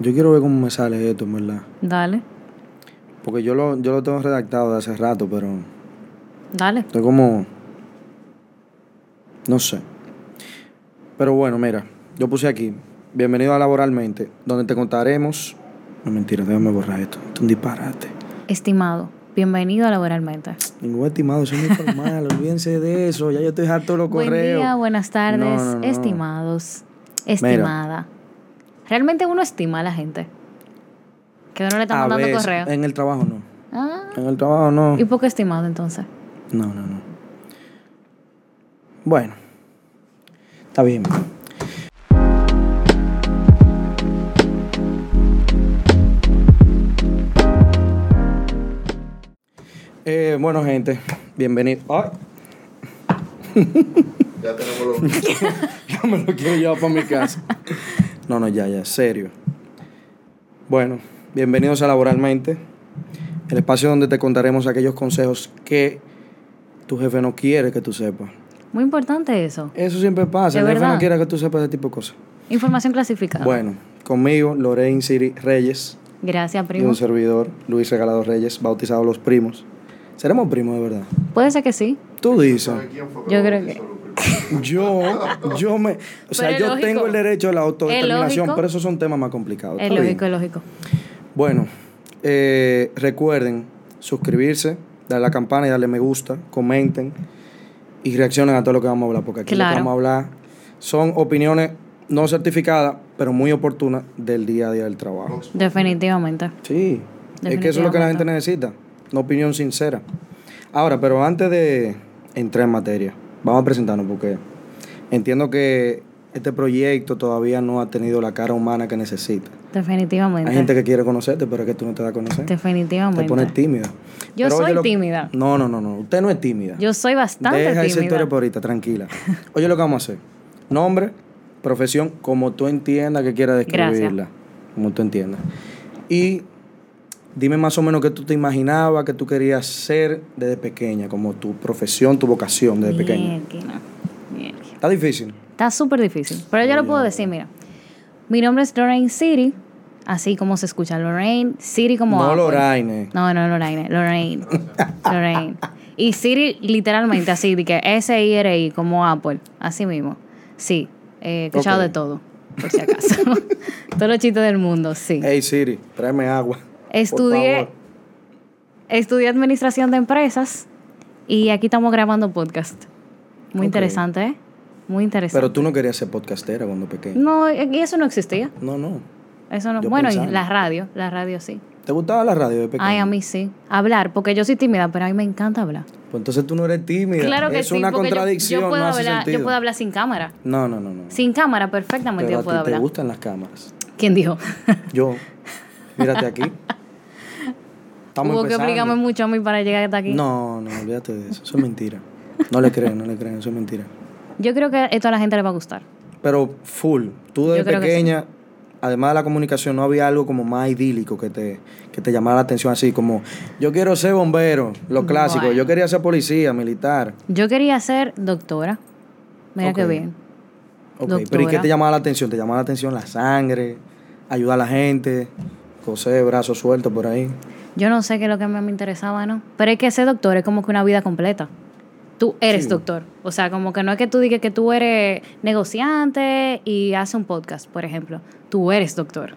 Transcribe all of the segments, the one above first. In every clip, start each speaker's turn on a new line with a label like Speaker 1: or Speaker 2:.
Speaker 1: Yo quiero ver cómo me sale esto, en verdad.
Speaker 2: Dale,
Speaker 1: Porque yo lo, yo lo tengo redactado de hace rato, pero
Speaker 2: dale.
Speaker 1: estoy como... No sé. Pero bueno, mira, yo puse aquí, bienvenido a Laboralmente, donde te contaremos... No, mentira, déjame borrar esto. Esto es un disparate.
Speaker 2: Estimado, bienvenido a Laboralmente.
Speaker 1: Ningún estimado, soy muy formal, olvídense de eso, ya yo estoy harto de los
Speaker 2: Buen
Speaker 1: correos.
Speaker 2: día, buenas tardes,
Speaker 1: No, no, no.
Speaker 2: estimados, estimada. Realmente uno estima a la gente. Que uno le está
Speaker 1: A
Speaker 2: mandando
Speaker 1: veces, Eh.
Speaker 2: correo.
Speaker 1: En el trabajo no.
Speaker 2: Ah,
Speaker 1: En el trabajo no.
Speaker 2: ¿Y por qué estimado entonces?
Speaker 1: No, no, no. Bueno, está bien. Eh, bueno, gente, bienvenido. Ay,
Speaker 3: Ya tenemos los.
Speaker 1: ya me lo quiero llevar para mi casa. No, no, ya, ya, serio. Bueno, bienvenidos a Laboralmente, el espacio donde te contaremos aquellos consejos que tu jefe no quiere que tú sepas.
Speaker 2: Muy importante eso.
Speaker 1: Eso siempre pasa.
Speaker 2: De
Speaker 1: El jefe
Speaker 2: verdad. Ah.
Speaker 1: no quiere que tú sepas ese tipo de cosas.
Speaker 2: Información clasificada.
Speaker 1: Bueno, conmigo, Lorraine Siri Reyes
Speaker 2: Gracias,
Speaker 1: y
Speaker 2: primo.
Speaker 1: un servidor, Luis Regalado Reyes, bautizado Los Primos. Seremos primos de verdad.
Speaker 2: Puede ser que sí.
Speaker 1: Tú dices.
Speaker 3: ¿Quién fue
Speaker 2: Yo
Speaker 3: lo
Speaker 2: creo
Speaker 3: hizo
Speaker 2: que-
Speaker 3: lo primero?
Speaker 1: Yo, yo me. O sea,
Speaker 2: Pero es
Speaker 1: yo
Speaker 2: lógico.
Speaker 1: tengo el derecho a la
Speaker 2: Es
Speaker 1: autodeterminación,
Speaker 2: lógico.
Speaker 1: pero esos son temas más complicados.
Speaker 2: Es
Speaker 1: Ah, Está bien.
Speaker 2: lógico, es lógico.
Speaker 1: Bueno, eh, recuerden suscribirse, darle a la campana y darle me gusta, comenten y reaccionen a todo lo que vamos a hablar, porque aquí
Speaker 2: Claro.
Speaker 1: lo que vamos a hablar son opiniones no certificadas, pero muy oportunas del día a día del trabajo.
Speaker 2: Definitivamente.
Speaker 1: Sí, es que eso es lo que la gente necesita, una opinión sincera. Ahora, pero antes de entrar en materia, vamos a presentarnos porque entiendo que este proyecto todavía no ha tenido la cara humana que necesita.
Speaker 2: Definitivamente.
Speaker 1: Hay gente que quiere conocerte, pero es que tú no te das a conocer.
Speaker 2: Definitivamente.
Speaker 1: Te pones tímida.
Speaker 2: Yo
Speaker 1: Pero
Speaker 2: soy
Speaker 1: oye lo-
Speaker 2: tímida.
Speaker 1: No, no, no, no. Usted no es tímida.
Speaker 2: Yo soy bastante
Speaker 1: Deja esa
Speaker 2: tímida.
Speaker 1: historia por ahorita, tranquila. Oye, lo que vamos a hacer. Nombre, profesión, como tú entiendas que quieras
Speaker 2: Gracias.
Speaker 1: describirla. Como tú entiendas. Y dime más o menos qué tú te imaginabas, que tú querías ser desde pequeña, como tu profesión, tu vocación desde pequeña.
Speaker 2: Mierda, mierda.
Speaker 1: Está difícil.
Speaker 2: Está súper difícil. Pero yo lo puedo decir, mira. Mi nombre es Lorraine City. Así como se escucha Lorraine. City como
Speaker 1: no
Speaker 2: Apple.
Speaker 1: Lorraine.
Speaker 2: No, no, Lorraine. Lorraine. Lorraine. Y Siri, literalmente, así, de que S-I-R-I, como Apple. Así mismo. Sí. Eh, he escuchado
Speaker 1: Ok.
Speaker 2: de todo, por si acaso. Todos los chistes del mundo, sí.
Speaker 1: Hey Siri, tráeme agua. por
Speaker 2: Estudié,
Speaker 1: favor.
Speaker 2: estudié administración de empresas y aquí estamos grabando podcast. Muy
Speaker 1: Ok.
Speaker 2: interesante, ¿eh? Muy interesante.
Speaker 1: Pero tú no querías ser podcastera cuando pequeña.
Speaker 2: no, y eso no existía.
Speaker 1: No, no.
Speaker 2: Eso no.
Speaker 1: Yo
Speaker 2: bueno, y
Speaker 1: pensaba.
Speaker 2: la radio, la radio sí.
Speaker 1: ¿Te gustaba la radio de pequeña?
Speaker 2: Ay, a mí sí. Hablar, porque yo soy tímida, pero a mí me encanta hablar.
Speaker 1: Pues entonces tú no eres tímida.
Speaker 2: claro que
Speaker 1: es
Speaker 2: sí.
Speaker 1: una
Speaker 2: porque yo-
Speaker 1: contradicción.
Speaker 2: Yo, puedo
Speaker 1: no hace
Speaker 2: hablar,
Speaker 1: sentido.
Speaker 2: yo puedo hablar sin cámara.
Speaker 1: No, no, no, no.
Speaker 2: Sin cámara, perfectamente
Speaker 1: Pero
Speaker 2: yo puedo
Speaker 1: a ti te
Speaker 2: hablar.
Speaker 1: gustan las cámaras.
Speaker 2: ¿Quién dijo?
Speaker 1: Yo. Mírate aquí. Estamos
Speaker 2: Hubo que
Speaker 1: empezando.
Speaker 2: obligarme mucho a mí para llegar hasta aquí.
Speaker 1: No, no, olvídate de eso. Eso es mentira. No le creen, no le creen. Eso es mentira.
Speaker 2: Yo creo que esto a la gente le va a gustar.
Speaker 1: Pero full. Tú
Speaker 2: Yo
Speaker 1: desde
Speaker 2: creo que
Speaker 1: pequeña, además de la comunicación, no había algo como más idílico que te, que te llamara la atención así como yo quiero ser bombero, lo clásico.
Speaker 2: Bueno.
Speaker 1: Yo quería ser policía, militar.
Speaker 2: Yo quería ser doctora. Mira qué
Speaker 1: Ok.
Speaker 2: bien.
Speaker 1: Ok, pero ¿y qué
Speaker 2: Doctora.
Speaker 1: te llamaba la atención? ¿Te llamaba la atención la sangre? ¿Ayudar a la gente? Coser, brazos sueltos por ahí.
Speaker 2: Yo no sé qué es lo que más me interesaba, ¿no? Pero es que ser doctor es como que una vida completa. Tú eres doctor. O sea, como que no es que tú digas que tú eres negociante y haces un podcast, por ejemplo. Tú eres doctor.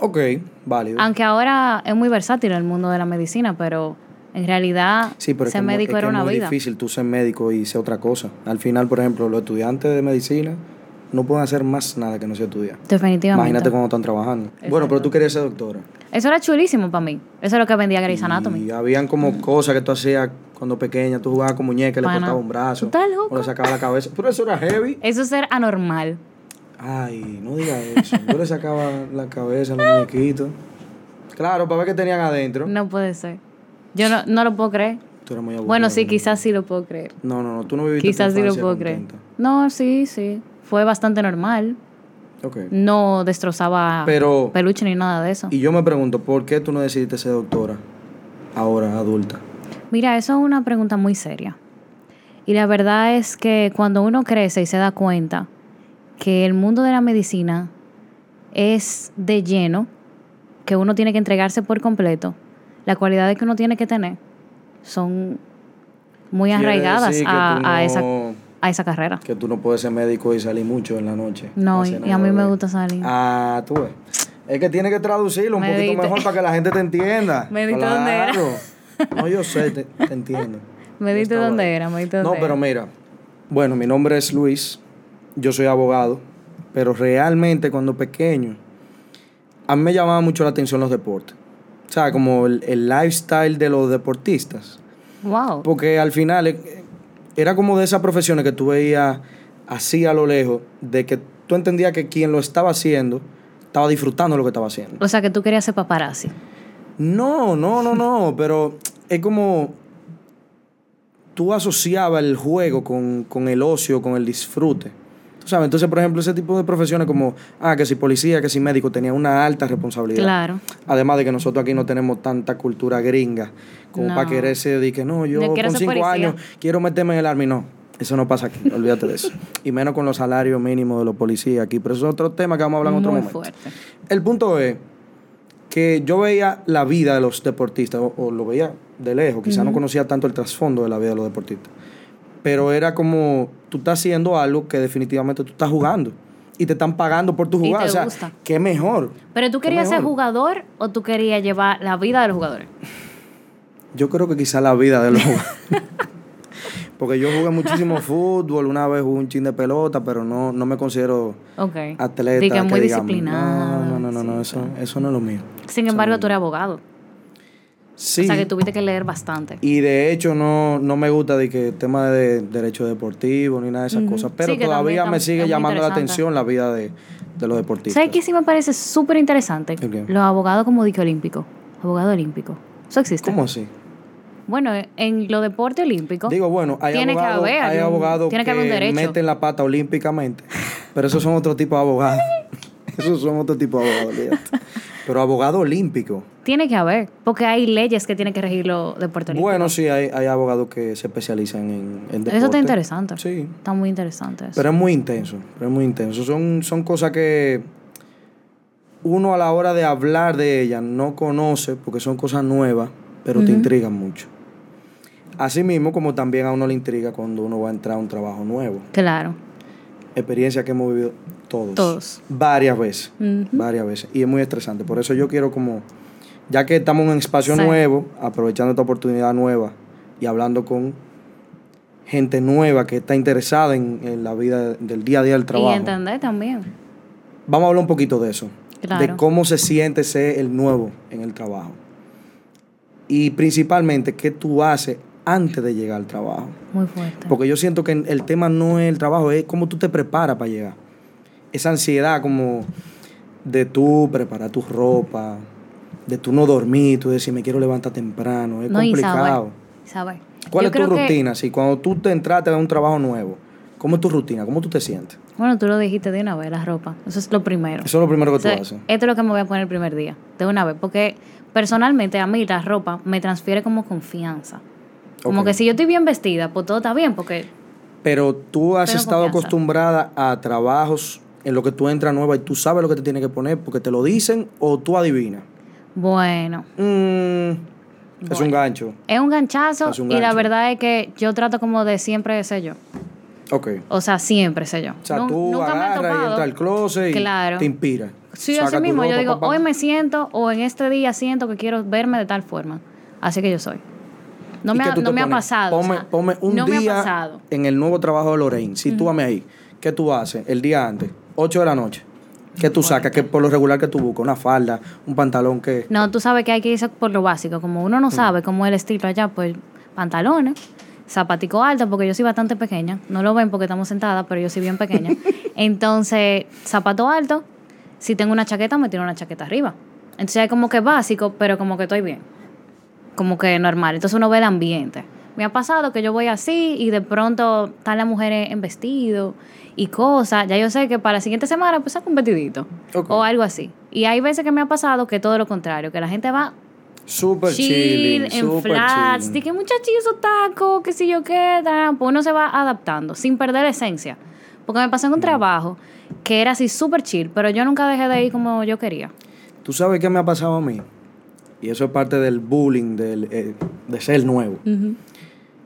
Speaker 1: Ok, válido.
Speaker 2: Aunque ahora es muy versátil el mundo de la medicina, pero en realidad
Speaker 1: sí, pero es
Speaker 2: ser
Speaker 1: que es muy-
Speaker 2: médico
Speaker 1: es que
Speaker 2: era
Speaker 1: es
Speaker 2: una
Speaker 1: muy
Speaker 2: vida.
Speaker 1: difícil tú ser médico y ser otra cosa. Al final, por ejemplo, los estudiantes de medicina no pueden hacer más nada que no se estudia.
Speaker 2: Definitivamente.
Speaker 1: Imagínate cuando están trabajando. Bueno, pero tú querías ser doctora.
Speaker 2: Eso era chulísimo para mí. Eso es lo que vendía Grey's Anatomy.
Speaker 1: Y habían como cosas que tú hacías cuando pequeña. Tú jugabas con muñecas, le
Speaker 2: Pana.
Speaker 1: cortabas un brazo.
Speaker 2: ¿Tú estás loco?
Speaker 1: O le sacabas la cabeza. Pero eso era heavy.
Speaker 2: Eso es ser anormal.
Speaker 1: Ay, no digas eso. Yo le sacaba la cabeza a los muñequitos. Claro, para ver qué tenían adentro.
Speaker 2: No puede ser. Yo no, no lo puedo creer.
Speaker 1: Tú eres muy aburrida.
Speaker 2: Bueno, sí, quizás sí lo puedo creer.
Speaker 1: No, no, no. Tú no viviste tu
Speaker 2: Quizás sí lo
Speaker 1: infancia
Speaker 2: puedo creer.
Speaker 1: contenta.
Speaker 2: No, sí, sí. Fue bastante normal.
Speaker 1: Ok.
Speaker 2: No destrozaba
Speaker 1: Pero-
Speaker 2: peluche ni nada de eso.
Speaker 1: Y yo me pregunto, ¿por qué tú no decidiste ser doctora ahora, adulta?
Speaker 2: Mira, eso es una pregunta muy seria. Y la verdad es que cuando uno crece y se da cuenta que el mundo de la medicina es de lleno, que uno tiene que entregarse por completo, las cualidades que uno tiene que tener son muy
Speaker 1: Quiere
Speaker 2: arraigadas
Speaker 1: decir que
Speaker 2: a,
Speaker 1: tú
Speaker 2: a esa,
Speaker 1: no-
Speaker 2: a esa carrera.
Speaker 1: Que tú no puedes ser médico y salir mucho en la noche.
Speaker 2: No, y,
Speaker 1: hacer
Speaker 2: y a mí
Speaker 1: nada,
Speaker 2: me
Speaker 1: güey.
Speaker 2: gusta salir.
Speaker 1: Ah, tú ves. Es que tiene que traducirlo un
Speaker 2: Me
Speaker 1: poquito
Speaker 2: diste.
Speaker 1: mejor para que la gente te entienda.
Speaker 2: Me diste dónde era.
Speaker 1: Claro. No, yo sé, te, te entiendo.
Speaker 2: me diste
Speaker 1: Está
Speaker 2: dónde
Speaker 1: bueno.
Speaker 2: era, me diste dónde
Speaker 1: No,
Speaker 2: era.
Speaker 1: pero mira. Bueno, mi nombre es Luis. Yo soy abogado. Pero realmente cuando pequeño, a mí me llamaba mucho la atención los deportes. O sea, como el- el lifestyle de los deportistas.
Speaker 2: Wow.
Speaker 1: Porque al final eh, era como de esas profesiones que tú veías así a lo lejos, de que tú entendías que quien lo estaba haciendo estaba disfrutando lo que estaba haciendo.
Speaker 2: O sea, que tú querías ser paparazzi.
Speaker 1: No, no, no, no, pero es como tú asociabas el juego con, con el ocio, con el disfrute. Tú sabes, entonces, por ejemplo, ese tipo de profesiones como, ah, que si policía, que si médico, tenía una alta responsabilidad.
Speaker 2: Claro.
Speaker 1: Además de que nosotros aquí no tenemos tanta cultura gringa como
Speaker 2: No.
Speaker 1: para quererse de que no, yo
Speaker 2: De quiero
Speaker 1: con
Speaker 2: ser
Speaker 1: cinco
Speaker 2: policía.
Speaker 1: años quiero meterme en el army. No, eso no pasa aquí, olvídate de eso. Y menos con los salarios mínimos de los policías aquí. Pero eso es otro tema que vamos a hablar en otro
Speaker 2: Muy
Speaker 1: momento.
Speaker 2: fuerte.
Speaker 1: El punto es que yo veía la vida de los deportistas, o, o lo veía de lejos, quizás no conocía tanto el trasfondo de la vida de los deportistas. Pero era como, tú estás haciendo algo que definitivamente tú estás jugando. Y te están pagando por tu
Speaker 2: Y
Speaker 1: jugada.
Speaker 2: te
Speaker 1: O sea,
Speaker 2: gusta.
Speaker 1: qué mejor.
Speaker 2: Pero tú querías ser
Speaker 1: mejor.
Speaker 2: jugador o tú querías llevar la vida de los jugadores.
Speaker 1: Yo creo que quizá la vida de los jugadores. Porque yo jugué muchísimo fútbol, una vez jugué un chin de pelota, pero no, no me considero
Speaker 2: Ok.
Speaker 1: atleta. que
Speaker 2: Diga, muy
Speaker 1: digamos,
Speaker 2: disciplinado.
Speaker 1: No, no, no, no, no, eso, eso no es lo mío.
Speaker 2: Sin embargo, tú eres abogado.
Speaker 1: Sí.
Speaker 2: O sea, que tuviste que leer bastante.
Speaker 1: Y de hecho no, no me gusta de que tema de derecho deportivo ni nada de esas cosas, pero
Speaker 2: Sí, que
Speaker 1: todavía
Speaker 2: también
Speaker 1: me
Speaker 2: tam-
Speaker 1: sigue
Speaker 2: es muy
Speaker 1: llamando la
Speaker 2: interesante.
Speaker 1: atención la vida de, de los deportistas.
Speaker 2: ¿Sabes qué sí me parece súper interesante?
Speaker 1: ¿El qué?
Speaker 2: Los abogados como dique olímpico. Abogado olímpico. Eso existe.
Speaker 1: ¿Cómo así?
Speaker 2: Bueno, en lo deporte olímpico.
Speaker 1: Digo, bueno, hay
Speaker 2: Tiene que
Speaker 1: abogados,
Speaker 2: haber
Speaker 1: hay
Speaker 2: algún-
Speaker 1: abogados
Speaker 2: tiene que haber un
Speaker 1: que
Speaker 2: derecho.
Speaker 1: meten la pata olímpicamente, pero esos son otro tipo de abogados. esos son otro tipo de abogados. olvídate. Pero abogado olímpico.
Speaker 2: Tiene que haber. Porque hay leyes que tienen que regir lo deporte olímpico.
Speaker 1: Bueno, sí, hay, hay abogados que se especializan en, en deporte.
Speaker 2: Eso está interesante.
Speaker 1: Sí.
Speaker 2: Está muy interesante eso.
Speaker 1: Pero es muy intenso, pero es muy intenso. Son, son cosas que uno a la hora de hablar de ellas no conoce porque son cosas nuevas, pero te intrigan mucho. Asimismo, como también a uno le intriga cuando uno va a entrar a un trabajo nuevo.
Speaker 2: claro.
Speaker 1: Experiencia que hemos vivido todos.
Speaker 2: Todos.
Speaker 1: Varias veces.
Speaker 2: Ujú.
Speaker 1: Varias veces. Y es muy estresante. Por eso yo quiero como, ya que estamos en un espacio
Speaker 2: Sí.
Speaker 1: nuevo, aprovechando esta oportunidad nueva y hablando con gente nueva que está interesada en, en la vida del día a día del
Speaker 2: Y
Speaker 1: trabajo.
Speaker 2: entender también.
Speaker 1: Vamos a hablar un poquito de eso.
Speaker 2: Claro.
Speaker 1: De cómo se siente ser el nuevo en el trabajo. Y principalmente, qué tú haces antes de llegar al trabajo.
Speaker 2: Muy fuerte.
Speaker 1: Porque yo siento que el tema no es el trabajo, es cómo tú te preparas para llegar. Esa ansiedad como de tú preparar tu ropa, de tú no dormir, tú decir me quiero levantar temprano, es
Speaker 2: no, y
Speaker 1: complicado.
Speaker 2: saber. saber.
Speaker 1: ¿Cuál
Speaker 2: Yo
Speaker 1: es tu
Speaker 2: creo que-
Speaker 1: rutina? Si cuando tú te entraste a un trabajo nuevo, ¿cómo es tu rutina? ¿Cómo tú te sientes?
Speaker 2: Bueno, tú lo dijiste de una vez, la ropa. Eso es lo primero.
Speaker 1: Eso es lo primero que
Speaker 2: O sea,
Speaker 1: tú haces.
Speaker 2: esto es lo que me voy a poner el primer día, de una vez, porque personalmente a mí la ropa me transfiere como confianza. Como
Speaker 1: Ok.
Speaker 2: que si yo estoy bien vestida, pues todo está bien, porque
Speaker 1: Pero tú has
Speaker 2: Tengo
Speaker 1: estado
Speaker 2: confianza.
Speaker 1: acostumbrada a trabajos en los que tú entras nueva y tú sabes lo que te tienes que poner porque te lo dicen o tú adivinas.
Speaker 2: bueno,
Speaker 1: Mm, Es un
Speaker 2: Bueno.
Speaker 1: gancho.
Speaker 2: es un ganchazo
Speaker 1: Es un
Speaker 2: y la
Speaker 1: gancho.
Speaker 2: verdad es que yo trato como de siempre ser yo.
Speaker 1: Ok.
Speaker 2: O sea, siempre ser yo.
Speaker 1: O sea,
Speaker 2: Nun-
Speaker 1: tú agarras y entras al closet y
Speaker 2: Claro.
Speaker 1: te inspira.
Speaker 2: Sí,
Speaker 1: Saca
Speaker 2: así
Speaker 1: tu
Speaker 2: mismo.
Speaker 1: ropa,
Speaker 2: Yo digo,
Speaker 1: pa, pa.
Speaker 2: hoy me siento o en este día siento que quiero verme de tal forma. Así que yo soy. No
Speaker 1: ¿Y
Speaker 2: me,
Speaker 1: qué
Speaker 2: ha,
Speaker 1: tú
Speaker 2: no
Speaker 1: te
Speaker 2: me ha
Speaker 1: pones?
Speaker 2: pasado. o
Speaker 1: Ponme,
Speaker 2: sea,
Speaker 1: ponme un
Speaker 2: no
Speaker 1: día
Speaker 2: me ha pasado. Mm.
Speaker 1: en el nuevo trabajo de Lorraine. Sitúame ahí. ¿Qué tú haces el día antes? 8 de la noche. ¿Qué tú sacas? Que por lo regular que tú buscas, una falda, un pantalón que...
Speaker 2: No, tú sabes que hay que irse por lo básico. Como uno
Speaker 1: Mm.
Speaker 2: no sabe cómo es el estilo allá, pues pantalones, zapatico alto, porque yo soy bastante pequeña. No lo ven porque estamos sentadas, pero yo soy bien pequeña. Entonces, zapato alto. Si tengo una chaqueta, me tiro una chaqueta arriba. Entonces, es como que básico, pero como que estoy bien. Como que normal. Entonces, uno ve el ambiente. Me ha pasado que yo voy así y de pronto están las mujeres en vestido y cosas. Ya yo sé que para la siguiente semana, pues saco un vestidito.
Speaker 1: Ok.
Speaker 2: O algo así. Y hay veces que me ha pasado que todo lo contrario, que la gente va
Speaker 1: Súper
Speaker 2: chill,
Speaker 1: chilling,
Speaker 2: en
Speaker 1: súper
Speaker 2: flats,
Speaker 1: chilling.
Speaker 2: dije muchachizo taco, qué
Speaker 1: Mm.
Speaker 2: sé yo qué, tan, pues uno se va adaptando sin perder la esencia. Porque me pasó en un trabajo que era así súper chill, pero yo nunca dejé de ir como yo quería.
Speaker 1: ¿Tú sabes qué me ha pasado a mí? Y eso es parte del bullying, del, eh, de ser nuevo.
Speaker 2: Ujú.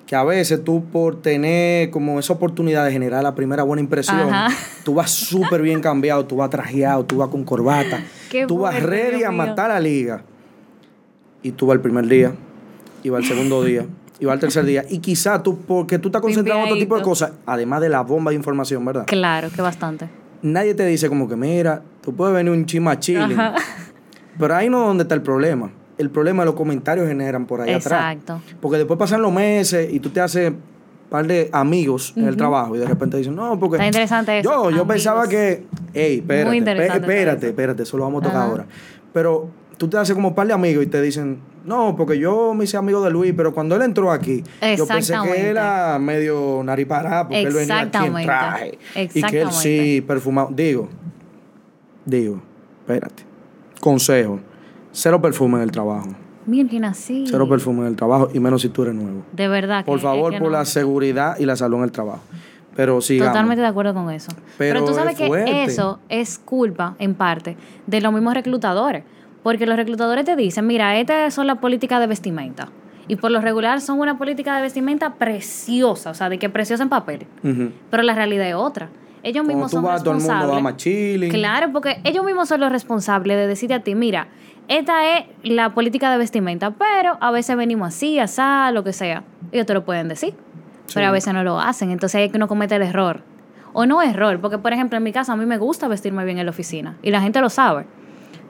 Speaker 1: Que a veces tú por tener como esa oportunidad de generar la primera buena impresión,
Speaker 2: Ajá.
Speaker 1: tú vas súper bien cambiado, tú vas trajeado, tú vas con corbata,
Speaker 2: Qué
Speaker 1: tú vas
Speaker 2: fuerte,
Speaker 1: ready
Speaker 2: Dios
Speaker 1: a
Speaker 2: mío.
Speaker 1: matar la liga. Y tú vas el primer día, y vas el segundo día, y vas el tercer día. Y quizá tú, porque tú estás concentrado en otro tipo de
Speaker 2: Limpiadito.
Speaker 1: cosas, además de la bomba de información, ¿verdad?
Speaker 2: Claro, que bastante.
Speaker 1: nadie te dice como que, mira, tú puedes venir un chima chilling.
Speaker 2: Ajá.
Speaker 1: Pero ahí no es donde está el problema. El problema es los comentarios que generan por ahí
Speaker 2: Exacto.
Speaker 1: atrás. Porque después pasan los meses y tú te haces un par de amigos en el trabajo y de repente dicen, no, porque...
Speaker 2: Está interesante eso,
Speaker 1: Yo, yo
Speaker 2: amigos.
Speaker 1: pensaba que, hey, espérate,
Speaker 2: Muy
Speaker 1: espé-
Speaker 2: interesante todo
Speaker 1: espérate,
Speaker 2: eso.
Speaker 1: espérate, eso lo vamos a tocar
Speaker 2: Ajá.
Speaker 1: ahora. Pero tú te haces como un par de amigos y te dicen, no, porque yo me hice amigo de Luis, pero cuando él entró aquí, yo pensé que
Speaker 2: Exactamente.
Speaker 1: era medio naripará porque él venía aquí en
Speaker 2: Exactamente.
Speaker 1: traje. Y que él
Speaker 2: Exactamente.
Speaker 1: sí perfumado. Digo, digo, espérate. Consejo, cero perfume en el trabajo.
Speaker 2: Miren, así.
Speaker 1: Cero perfume en el trabajo y menos si tú eres nuevo.
Speaker 2: De verdad. que-
Speaker 1: Por
Speaker 2: es
Speaker 1: favor,
Speaker 2: que
Speaker 1: por
Speaker 2: no.
Speaker 1: la seguridad y la salud en el trabajo. Pero sí,
Speaker 2: Totalmente de acuerdo con eso.
Speaker 1: Pero
Speaker 2: Pero, tú sabes
Speaker 1: es
Speaker 2: que
Speaker 1: fuerte.
Speaker 2: eso es culpa, en parte, de los mismos reclutadores. Porque los reclutadores te dicen, mira, estas son las políticas de vestimenta. Y por lo regular son una política de vestimenta preciosa, o sea, de que preciosa en papel. Pero la realidad es otra. Ellos
Speaker 1: Como
Speaker 2: mismos
Speaker 1: tú
Speaker 2: son
Speaker 1: vas, todo el mundo
Speaker 2: responsables.
Speaker 1: va más chilling.
Speaker 2: Claro, porque ellos mismos son los responsables de decirte a ti, mira, esta es la política de vestimenta, pero a veces venimos así, asá, lo que sea. Ellos te lo pueden decir, pero a veces no lo hacen. Entonces hay que no comete el error. O no error, porque por ejemplo en mi casa a mí me gusta vestirme bien en la oficina y la gente lo sabe.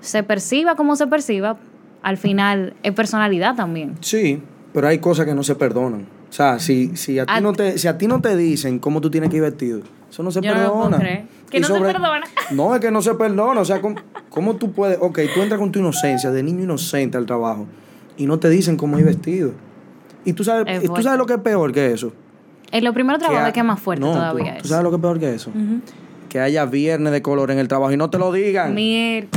Speaker 2: Se perciba como se perciba, al final es personalidad también.
Speaker 1: Sí, pero hay cosas que no se perdonan. O sea, si, si, a, ti
Speaker 2: A-
Speaker 1: no te, si a ti no te dicen cómo tú tienes que ir vestido, eso no se
Speaker 2: Yo no
Speaker 1: perdona.
Speaker 2: lo puedo creer. Que no se perdona.
Speaker 1: No, es que no se perdona. O sea, ¿cómo, cómo tú puedes...? Ok, tú entras con tu inocencia, de niño inocente al trabajo, y no te dicen cómo ir vestido. Y tú sabes,
Speaker 2: Es
Speaker 1: y tú
Speaker 2: fuerte.
Speaker 1: sabes lo que es peor que eso.
Speaker 2: En lo primero trabajo
Speaker 1: ha-
Speaker 2: es que es más fuerte
Speaker 1: No, tú-
Speaker 2: todavía
Speaker 1: ¿Tú
Speaker 2: es.
Speaker 1: sabes lo que es peor que eso? Que haya viernes de color en el trabajo y no te lo digan.
Speaker 2: Mierda.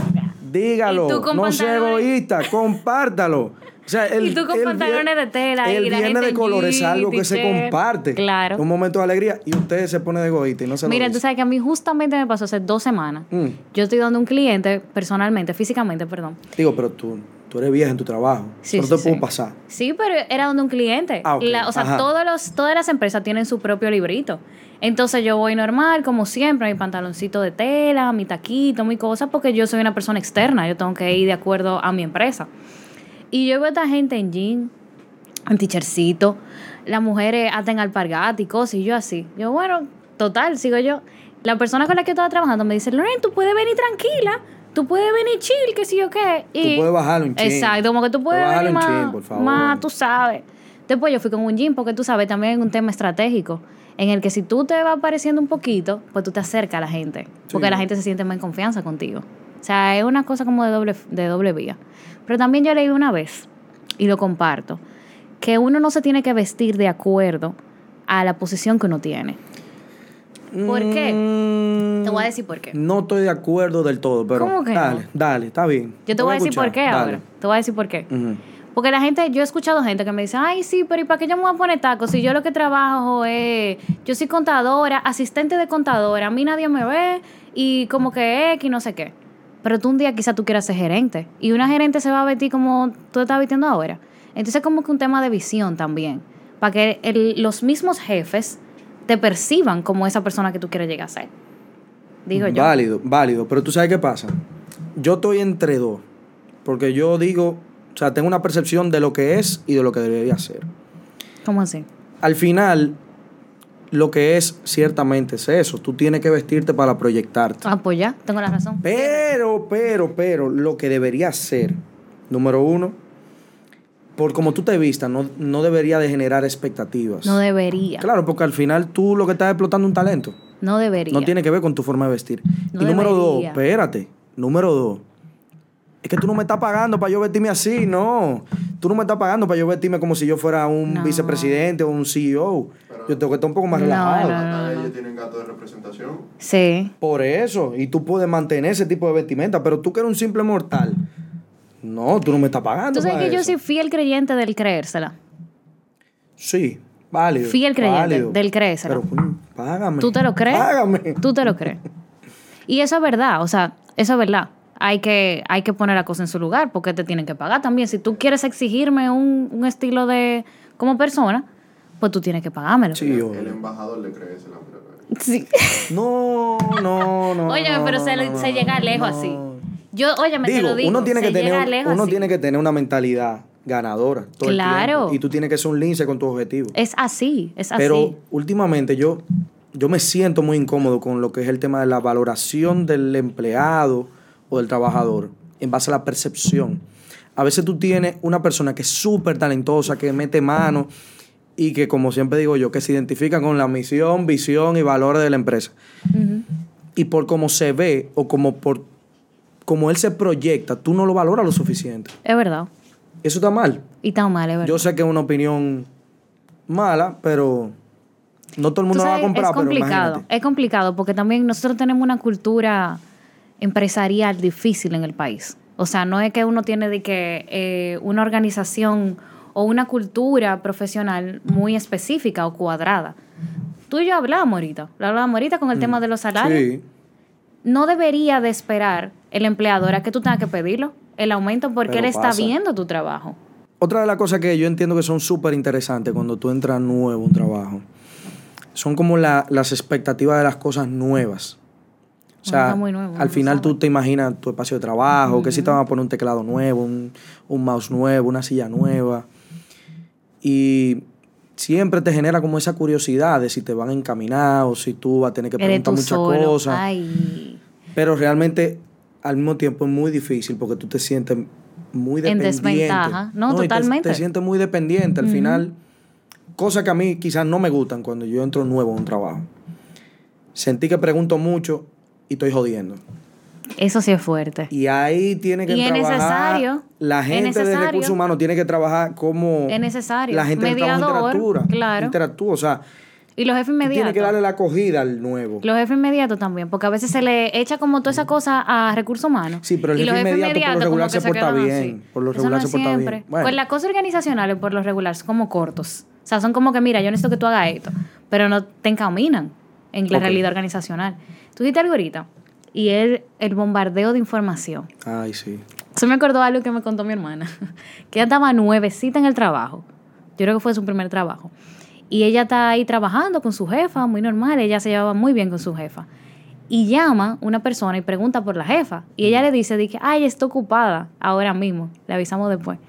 Speaker 1: Dígalo.
Speaker 2: Y tú con
Speaker 1: no sea
Speaker 2: pantalones.
Speaker 1: egoísta, compártalo. O sea, el,
Speaker 2: Y tú con
Speaker 1: el
Speaker 2: pantalones
Speaker 1: vier-
Speaker 2: de tela y
Speaker 1: El
Speaker 2: la
Speaker 1: viernes
Speaker 2: gente
Speaker 1: de
Speaker 2: en
Speaker 1: color es
Speaker 2: jean,
Speaker 1: algo que se
Speaker 2: t-shirt.
Speaker 1: comparte.
Speaker 2: Claro.
Speaker 1: Un momento de alegría y usted se pone de egoísta y no se
Speaker 2: Mira,
Speaker 1: lo
Speaker 2: tú
Speaker 1: dice.
Speaker 2: sabes que a mí justamente me pasó hace dos semanas.
Speaker 1: Mm.
Speaker 2: Yo estoy dando un cliente, personalmente, físicamente, perdón.
Speaker 1: Digo, pero tú, tú eres vieja en tu trabajo.
Speaker 2: Sí,
Speaker 1: no
Speaker 2: sí,
Speaker 1: te
Speaker 2: sí.
Speaker 1: puedo pasar.
Speaker 2: Sí, pero era donde un cliente.
Speaker 1: Ah, ok.
Speaker 2: La- o sea,
Speaker 1: Ajá.
Speaker 2: todos los, todas las empresas tienen su propio librito. Entonces yo voy normal, como siempre, mi pantaloncito de tela, mi taquito, mi cosa, porque yo soy una persona externa, yo tengo que ir de acuerdo a mi empresa. Y yo veo a esta gente en jean, en tichercito, las mujeres hacen alpargatas y cosas, y yo así. Yo, bueno, total, sigo yo. La persona con la que estaba trabajando me dice, Loren, tú puedes venir tranquila, tú puedes venir chill, que sí yo qué. Y
Speaker 1: Tú puedes bajarlo un chin.
Speaker 2: Exacto, como que tú puedes
Speaker 1: bajarlo
Speaker 2: venir
Speaker 1: un
Speaker 2: más,
Speaker 1: chin, por favor.
Speaker 2: más, tú sabes. Después yo fui con un jean, porque tú sabes, también es un tema estratégico, en el que si tú te vas pareciendo un poquito, pues tú te acercas a la gente, porque
Speaker 1: Sí.
Speaker 2: la gente se siente más en confianza contigo. O sea, es una cosa como de doble, de doble vía. Pero también yo leí una vez, y lo comparto, que uno no se tiene que vestir de acuerdo a la posición que uno tiene. ¿Por qué?
Speaker 1: Mm,
Speaker 2: Te voy a decir por qué.
Speaker 1: No estoy de acuerdo del todo, pero.
Speaker 2: ¿Cómo que no?
Speaker 1: dale, dale, está bien.
Speaker 2: Yo te voy a decir por
Speaker 1: escuchar,
Speaker 2: qué
Speaker 1: dale.
Speaker 2: ahora. Te voy a decir por qué.
Speaker 1: Ujú.
Speaker 2: Porque la gente, yo he escuchado gente que me dice, ay, sí, pero ¿y para qué yo me voy a poner tacos? Si yo lo que trabajo es, yo soy contadora, asistente de contadora, a mí nadie me ve y como que X, no sé qué. Pero tú un día quizá tú quieras ser gerente y una gerente se va a vestir como tú estás vistiendo ahora. Entonces es como que un tema de visión también, para que el- los mismos jefes te perciban como esa persona que tú quieres llegar a ser. Digo yo.
Speaker 1: Válido, válido. Pero tú sabes qué pasa. Yo estoy entre dos. Porque yo digo, o sea, tengo una percepción de lo que es y de lo que debería ser.
Speaker 2: ¿Cómo así?
Speaker 1: Al final, lo que es ciertamente es eso. Tú tienes que vestirte para proyectarte.
Speaker 2: Ah, pues ya, tengo la razón.
Speaker 1: Pero, pero, pero, lo que debería ser, número uno, por como tú te vistas, no, no debería de generar expectativas.
Speaker 2: No debería.
Speaker 1: Claro, porque al final tú lo que estás explotando es un talento.
Speaker 2: No debería.
Speaker 1: No tiene que ver con tu forma de vestir.
Speaker 2: No
Speaker 1: y número
Speaker 2: debería.
Speaker 1: dos, espérate. Número dos. Es que tú no me estás pagando para yo vestirme así, no. Tú no me estás pagando para yo vestirme como si yo fuera un
Speaker 2: No.
Speaker 1: vicepresidente o un CEO. yo tengo que estar un poco más
Speaker 2: No,
Speaker 1: relajado.
Speaker 2: no, no.
Speaker 3: Hasta ellos tienen gato de representación.
Speaker 2: Sí.
Speaker 1: Por eso. Y tú puedes mantener ese tipo de vestimenta, pero tú que eres un simple mortal. No, tú no me estás pagando.
Speaker 2: Tú sabes
Speaker 1: para
Speaker 2: que yo
Speaker 1: eso.
Speaker 2: soy fiel creyente del creérsela.
Speaker 1: Sí, válido.
Speaker 2: Fiel creyente
Speaker 1: válido.
Speaker 2: del creérselo.
Speaker 1: Pero, coño, págame.
Speaker 2: ¿Tú te lo crees?
Speaker 1: Págame.
Speaker 2: Tú te lo crees. Y eso es verdad, o sea, eso es verdad. Hay que, hay que poner la cosa en su lugar porque te tienen que pagar también. Si tú quieres exigirme un, un estilo de como persona, pues tú tienes que pagármelo.
Speaker 1: Sí,
Speaker 3: El,
Speaker 1: obvio.
Speaker 3: el embajador le cree ese nombre. ¿verdad?
Speaker 2: Sí.
Speaker 1: No, no, no.
Speaker 2: Óyeme,
Speaker 1: no,
Speaker 2: pero
Speaker 1: no,
Speaker 2: se,
Speaker 1: no,
Speaker 2: se
Speaker 1: no,
Speaker 2: llega lejos
Speaker 1: no.
Speaker 2: así. Yo, óyeme, te lo digo.
Speaker 1: uno tiene que
Speaker 2: se
Speaker 1: tener
Speaker 2: llega
Speaker 1: un-
Speaker 2: lejos
Speaker 1: uno
Speaker 2: así.
Speaker 1: tiene que tener una mentalidad ganadora todo el
Speaker 2: Claro.
Speaker 1: tiempo. y tú tienes que ser un lince con tus objetivos.
Speaker 2: Es así, es así.
Speaker 1: Pero últimamente yo, yo me siento muy incómodo con lo que es el tema de la valoración del empleado o del trabajador en base a la percepción. A veces tú tienes una persona que es súper talentosa, que mete mano y que, como siempre digo yo, que se identifica con la misión, visión y valores de la empresa. Y por cómo se ve o como por como él se proyecta, tú no lo valoras lo suficiente.
Speaker 2: es verdad.
Speaker 1: Eso está mal.
Speaker 2: Y está mal, es verdad.
Speaker 1: Yo sé que es una opinión mala, pero no todo el
Speaker 2: Tú
Speaker 1: mundo la va a
Speaker 2: sabes,
Speaker 1: comprar,
Speaker 2: es complicado,
Speaker 1: pero imagínate.
Speaker 2: es complicado porque también nosotros tenemos una cultura empresarial difícil en el país. O sea, no es que uno tiene de que eh, una organización o una cultura profesional muy específica o cuadrada. Tú y yo hablamos ahorita, lo hablamos ahorita con el tema de los salarios.
Speaker 1: Mm. Sí,
Speaker 2: No debería de esperar el empleador a que tú tengas que pedirlo el aumento porque
Speaker 1: Pero
Speaker 2: él está
Speaker 1: pasa.
Speaker 2: viendo tu trabajo.
Speaker 1: Otra de las cosas que yo entiendo que son súper interesantes cuando tú entras nuevo a un trabajo son como la- las expectativas de las cosas nuevas. O
Speaker 2: Bueno,
Speaker 1: sea,
Speaker 2: está muy nuevo, no
Speaker 1: al
Speaker 2: lo
Speaker 1: final tú
Speaker 2: sabe.
Speaker 1: te imaginas tu espacio de trabajo, que si te van a poner un teclado nuevo, un, un mouse nuevo, una silla nueva. Y siempre te genera como esa curiosidad de si te van a encaminar o si tú vas a tener que
Speaker 2: Eres tú
Speaker 1: preguntar muchas
Speaker 2: solo.
Speaker 1: cosas.
Speaker 2: Ay.
Speaker 1: Pero realmente al mismo tiempo es muy difícil porque tú te sientes muy
Speaker 2: En
Speaker 1: dependiente.
Speaker 2: desventaja. No,
Speaker 1: y te-
Speaker 2: totalmente.
Speaker 1: Te, sientes muy dependiente al final. Cosas que a mí quizás no me gustan cuando yo entro nuevo a un trabajo. Sentí que pregunto mucho y estoy jodiendo.
Speaker 2: Eso sí es fuerte.
Speaker 1: Y ahí tiene que
Speaker 2: Y es
Speaker 1: trabajar.
Speaker 2: necesario.
Speaker 1: La
Speaker 2: Es
Speaker 1: gente de
Speaker 2: necesario.
Speaker 1: recursos humanos tiene que trabajar como.
Speaker 2: Es necesario.
Speaker 1: La gente de trabajo
Speaker 2: Mediador,
Speaker 1: interactúa.
Speaker 2: claro.
Speaker 1: Interactúa. O sea,
Speaker 2: Y los jefes
Speaker 1: tú
Speaker 2: inmediatos.
Speaker 1: tienes que darle la acogida al nuevo.
Speaker 2: Los jefes inmediatos también, porque a veces se le echa como toda esa cosa a recursos humanos.
Speaker 1: Sí, pero el
Speaker 2: Y
Speaker 1: jefe
Speaker 2: los jefes
Speaker 1: inmediato por lo
Speaker 2: inmediatos como
Speaker 1: regular
Speaker 2: que
Speaker 1: se porta
Speaker 2: quedan
Speaker 1: bien,
Speaker 2: así.
Speaker 1: por lo
Speaker 2: Eso
Speaker 1: regular
Speaker 2: no
Speaker 1: se
Speaker 2: es
Speaker 1: porta bien.
Speaker 2: siempre.
Speaker 1: Bueno.
Speaker 2: Pues las cosas organizacionales por lo regular son como cortos. O sea, son como que, mira, yo necesito que tú hagas esto, pero no te encaminan en la
Speaker 1: Ok.
Speaker 2: realidad organizacional. Tú dijiste algo ahorita, y es el bombardeo de información.
Speaker 1: Ay, sí.
Speaker 2: Se me acordó algo que me contó mi hermana, que ella estaba nuevecita en el trabajo. Yo creo que fue su primer trabajo. Y ella está ahí trabajando con su jefa, muy normal, ella se llevaba muy bien con su jefa. Y llama una persona y pregunta por la jefa. Y ella le dice, dije, ay, está ocupada ahora mismo, le avisamos después.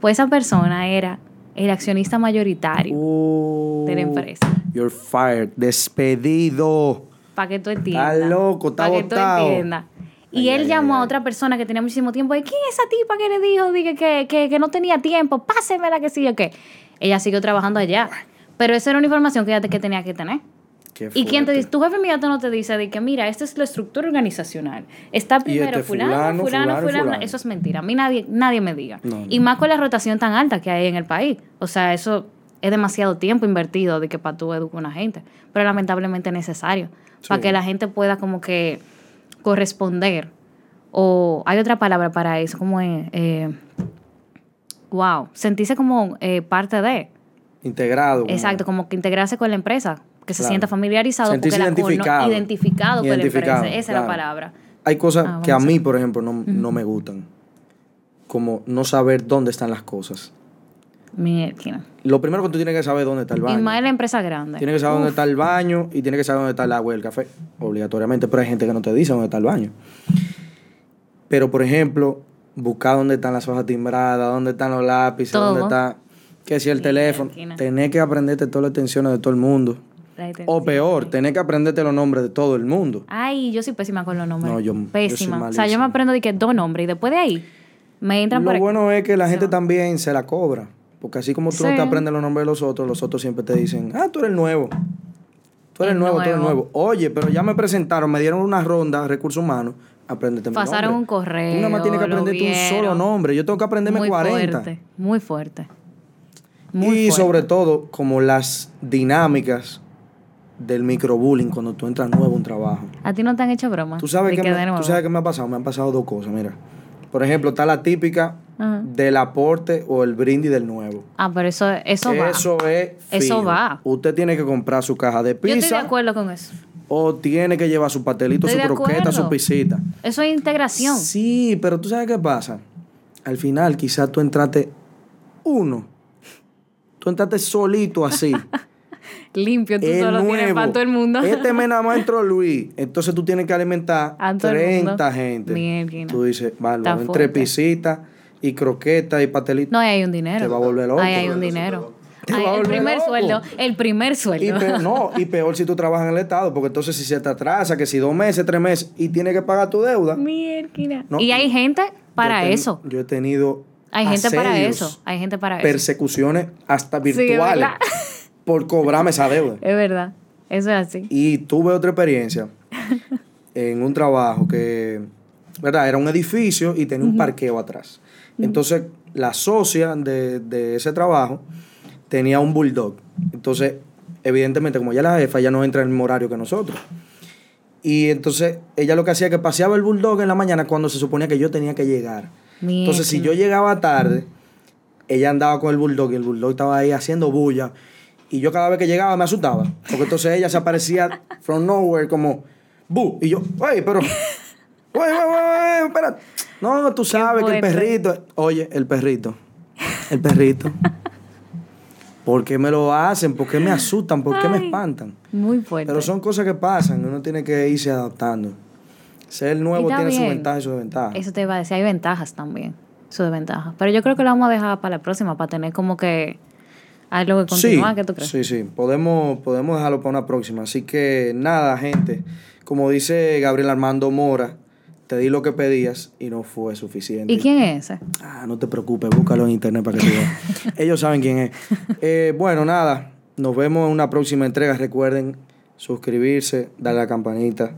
Speaker 2: Pues esa persona era el accionista mayoritario,
Speaker 1: Uh,
Speaker 2: de la empresa.
Speaker 1: You're fired. Despedido.
Speaker 2: para que tú entiendas.
Speaker 1: loco, está
Speaker 2: Para que tú
Speaker 1: botado.
Speaker 2: entiendas. Y
Speaker 1: Ay,
Speaker 2: él
Speaker 1: ay,
Speaker 2: llamó
Speaker 1: ay,
Speaker 2: a
Speaker 1: ay.
Speaker 2: otra persona que tenía muchísimo tiempo. ¿Y quién es esa tipa que le dijo dije, que, que, que no tenía tiempo? Pásemela que sí o qué. Ella siguió trabajando allá. Pero esa era una información que ella te- que tenía que tener.
Speaker 1: Qué
Speaker 2: Y quien
Speaker 1: fuerte.
Speaker 2: te dice, tu jefe inmediato no te dice de que mira, esta es la estructura organizacional. Está primero
Speaker 1: este
Speaker 2: fulano, fulano,
Speaker 1: fulano,
Speaker 2: fulano,
Speaker 1: fulano, fulano.
Speaker 2: Eso es mentira. A mí nadie, nadie me diga.
Speaker 1: No,
Speaker 2: Y más con la rotación tan alta que hay en el país. O sea, eso es demasiado tiempo invertido de que para tú educar a una gente. Pero lamentablemente es necesario. Para
Speaker 1: Sí.
Speaker 2: que la gente pueda como que corresponder. O hay otra palabra para eso, como es, eh, wow, sentirse como eh, parte de.
Speaker 1: Integrado. como-
Speaker 2: Exacto, como que integrarse con la empresa, que se
Speaker 1: Claro.
Speaker 2: sienta familiarizado
Speaker 1: Sentirse
Speaker 2: porque la cono-
Speaker 1: identificado.
Speaker 2: identificado con la
Speaker 1: Identificado,
Speaker 2: empresa, esa es la
Speaker 1: claro.
Speaker 2: palabra.
Speaker 1: Hay cosas
Speaker 2: Ah,
Speaker 1: que a
Speaker 2: vamos
Speaker 1: mí, por ejemplo, no, no me gustan. Como no saber dónde están las cosas.
Speaker 2: Mierda.
Speaker 1: Lo primero que tú tienes que saber es dónde está el
Speaker 2: Y
Speaker 1: baño.
Speaker 2: más en la empresa grande.
Speaker 1: Tienes que saber dónde está el baño y tienes que saber dónde está el agua y el café, obligatoriamente. Pero hay gente que no te dice dónde está el baño. Pero, por ejemplo, buscar dónde están las hojas timbradas, dónde están los lápices,
Speaker 2: Todo.
Speaker 1: dónde está. Que si el
Speaker 2: Sí,
Speaker 1: teléfono.
Speaker 2: tranquila.
Speaker 1: Tenés que aprenderte todas las tensiones de todo el mundo.
Speaker 2: La gente-
Speaker 1: O peor, tenés que aprenderte los nombres de todo el mundo.
Speaker 2: Ay, yo soy pésima con los nombres.
Speaker 1: No, yo- yo soy
Speaker 2: pésima. o sea, yo me
Speaker 1: malísimo.
Speaker 2: aprendo de que dos nombres y después de ahí me entran por
Speaker 1: Lo
Speaker 2: aquí.
Speaker 1: bueno es que la gente también se la cobra. Porque así como tú no
Speaker 2: Sí.
Speaker 1: te aprendes los nombres de los otros, los otros siempre te dicen, ah, tú eres el nuevo. Tú eres
Speaker 2: El
Speaker 1: el nuevo, tú eres el
Speaker 2: nuevo.
Speaker 1: nuevo. Oye, pero ya me presentaron, me dieron una ronda de recursos humanos. Apréndete mi
Speaker 2: Pasaron
Speaker 1: nombre.
Speaker 2: un correo,
Speaker 1: Tú nada más tienes que
Speaker 2: lo
Speaker 1: aprenderte un
Speaker 2: vieron.
Speaker 1: solo nombre. Yo tengo que aprenderme
Speaker 2: muy
Speaker 1: 40.
Speaker 2: fuerte, muy fuerte.
Speaker 1: y
Speaker 2: Muy fuerte.
Speaker 1: sobre todo, como las dinámicas del microbullying cuando tú entras nuevo a un trabajo.
Speaker 2: A ti no te han hecho broma.
Speaker 1: ¿Tú sabes,
Speaker 2: De
Speaker 1: qué
Speaker 2: que
Speaker 1: me,
Speaker 2: de
Speaker 1: tú
Speaker 2: nuevo.
Speaker 1: sabes qué me ha pasado? Me han pasado dos cosas, mira. Por ejemplo, está la típica
Speaker 2: Ajá.
Speaker 1: del aporte o el brindis del nuevo.
Speaker 2: Ah, pero eso, eso va.
Speaker 1: Eso es
Speaker 2: Eso
Speaker 1: fijo.
Speaker 2: va.
Speaker 1: Usted tiene que comprar su caja de
Speaker 2: yo
Speaker 1: pizza
Speaker 2: estoy de acuerdo con eso.
Speaker 1: o tiene que llevar su pastelito,
Speaker 2: Estoy
Speaker 1: su
Speaker 2: de
Speaker 1: croqueta,
Speaker 2: acuerdo.
Speaker 1: su pisita.
Speaker 2: Eso es integración.
Speaker 1: Sí, pero tú sabes qué pasa. Al final, quizás tú entraste uno. Tú entraste solito así.
Speaker 2: Limpio, tú
Speaker 1: es
Speaker 2: solo tienes
Speaker 1: nuevo.
Speaker 2: para todo el mundo.
Speaker 1: Este mes nada más entró Luis. Entonces tú tienes que alimentar
Speaker 2: A todo el
Speaker 1: 30
Speaker 2: mundo.
Speaker 1: gente.
Speaker 2: Mierda.
Speaker 1: Tú dices, vale,
Speaker 2: Está
Speaker 1: entre
Speaker 2: fuerte.
Speaker 1: pisitas y croquetas y pastelitos.
Speaker 2: No, ahí hay un dinero.
Speaker 1: Te va a volver loco.
Speaker 2: Ahí hay un
Speaker 3: Te
Speaker 2: dinero.
Speaker 1: Te
Speaker 2: Ahí
Speaker 1: va a
Speaker 2: el
Speaker 1: volver
Speaker 2: primer
Speaker 1: loco.
Speaker 2: sueldo. El primer
Speaker 1: Y
Speaker 2: sueldo.
Speaker 1: peor, no, y peor si tú trabajas en el Estado, porque entonces si se te atrasa, que si dos meses, tres meses, y tienes que pagar tu deuda.
Speaker 2: Mierda.
Speaker 1: No,
Speaker 2: y hay gente para
Speaker 1: Yo he teni-
Speaker 2: eso.
Speaker 1: Yo he tenido.
Speaker 2: Hay gente para
Speaker 1: asedios,
Speaker 2: eso. Hay gente para eso.
Speaker 1: Persecuciones hasta virtuales
Speaker 2: ¿verdad?
Speaker 1: por cobrarme esa deuda.
Speaker 2: Es verdad. Eso es así.
Speaker 1: Y tuve otra experiencia en un trabajo que, ¿verdad? Era un edificio y tenía un parqueo atrás. Entonces, la socia de, de ese trabajo tenía un bulldog. Entonces, evidentemente, como ella es la jefa, ella no entra en el mismo horario que nosotros. Y entonces, ella lo que hacía es que paseaba el bulldog en la mañana cuando se suponía que yo tenía que llegar. Entonces, si yo
Speaker 2: Mierda.
Speaker 1: llegaba tarde, ella andaba con el bulldog y el bulldog estaba ahí haciendo bulla. Y yo cada vez que llegaba me asustaba. Porque entonces ella se aparecía from nowhere como, bu. Y yo, wey, pero, wey, wey, wey, wey, espera. No, tú sabes que el
Speaker 2: fuerte.
Speaker 1: perrito. Oye, el perrito. El perrito. ¿Por qué me lo hacen? ¿Por qué me asustan? ¿Por qué me
Speaker 2: Ay.
Speaker 1: espantan?
Speaker 2: Muy fuerte.
Speaker 1: Pero son cosas que pasan. Uno tiene que irse adaptando. Ser nuevo
Speaker 2: está
Speaker 1: tiene su
Speaker 2: bien.
Speaker 1: ventaja y su desventaja.
Speaker 2: Eso te iba a decir, hay ventajas también, sus ventajas. Pero yo creo que lo vamos a dejar para la próxima, para tener como que algo que continuar, ¿qué tú crees?
Speaker 1: Sí, sí, podemos, podemos dejarlo para una próxima. Así que nada, gente, como dice Gabriel Armando Mora, te di lo que pedías y no fue suficiente.
Speaker 2: ¿Y quién es ese?
Speaker 1: Ah, no te preocupes, búscalo en internet para que tú veas. Ellos saben quién es. Eh, bueno, nada, nos vemos en una próxima entrega. Recuerden suscribirse, darle a la campanita,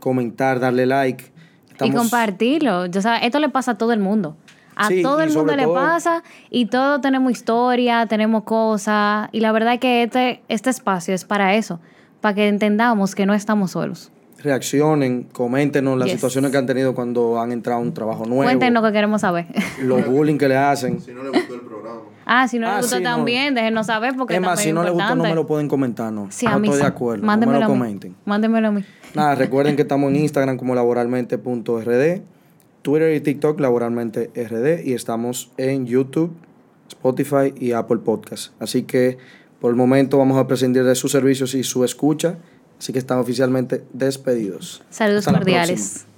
Speaker 1: comentar, darle like.
Speaker 2: Y
Speaker 1: Estamos-
Speaker 2: compartirlo. Yo, sabes, esto le pasa a todo el mundo. A
Speaker 1: Sí,
Speaker 2: todo
Speaker 1: y
Speaker 2: el mundo
Speaker 1: sobre
Speaker 2: le
Speaker 1: todo-
Speaker 2: pasa y todos tenemos historia, tenemos cosas. Y la verdad es que este, este espacio es para eso, para que entendamos que no estamos solos.
Speaker 1: Reaccionen, coméntenos las
Speaker 2: Yes.
Speaker 1: situaciones que han tenido cuando han entrado a un trabajo nuevo.
Speaker 2: Cuéntenos que queremos saber.
Speaker 1: Los bullying que le hacen.
Speaker 3: Si no le gustó el programa.
Speaker 2: ah, si no
Speaker 1: Ah,
Speaker 2: les gustó
Speaker 1: sí, no.
Speaker 2: también, déjenos saber porque
Speaker 1: es más,
Speaker 2: también
Speaker 1: si no
Speaker 2: es
Speaker 1: les gustó, no me
Speaker 2: importante.
Speaker 1: lo pueden comentar, no.
Speaker 2: Sí,
Speaker 1: no
Speaker 2: a mí
Speaker 1: estoy
Speaker 2: sí.
Speaker 1: de acuerdo. No me
Speaker 2: Mándemelo
Speaker 1: lo
Speaker 2: a mí.
Speaker 1: comenten.
Speaker 2: Mándemelo a mí.
Speaker 1: Nada, recuerden que estamos en Instagram como laboralmente.rd, Twitter y TikTok laboralmente RD y estamos en YouTube, Spotify y Apple Podcast. Así que por el momento vamos a prescindir de sus servicios y su escucha. Así que están oficialmente despedidos.
Speaker 2: Saludos
Speaker 1: Hasta la
Speaker 2: cordiales.
Speaker 1: próxima.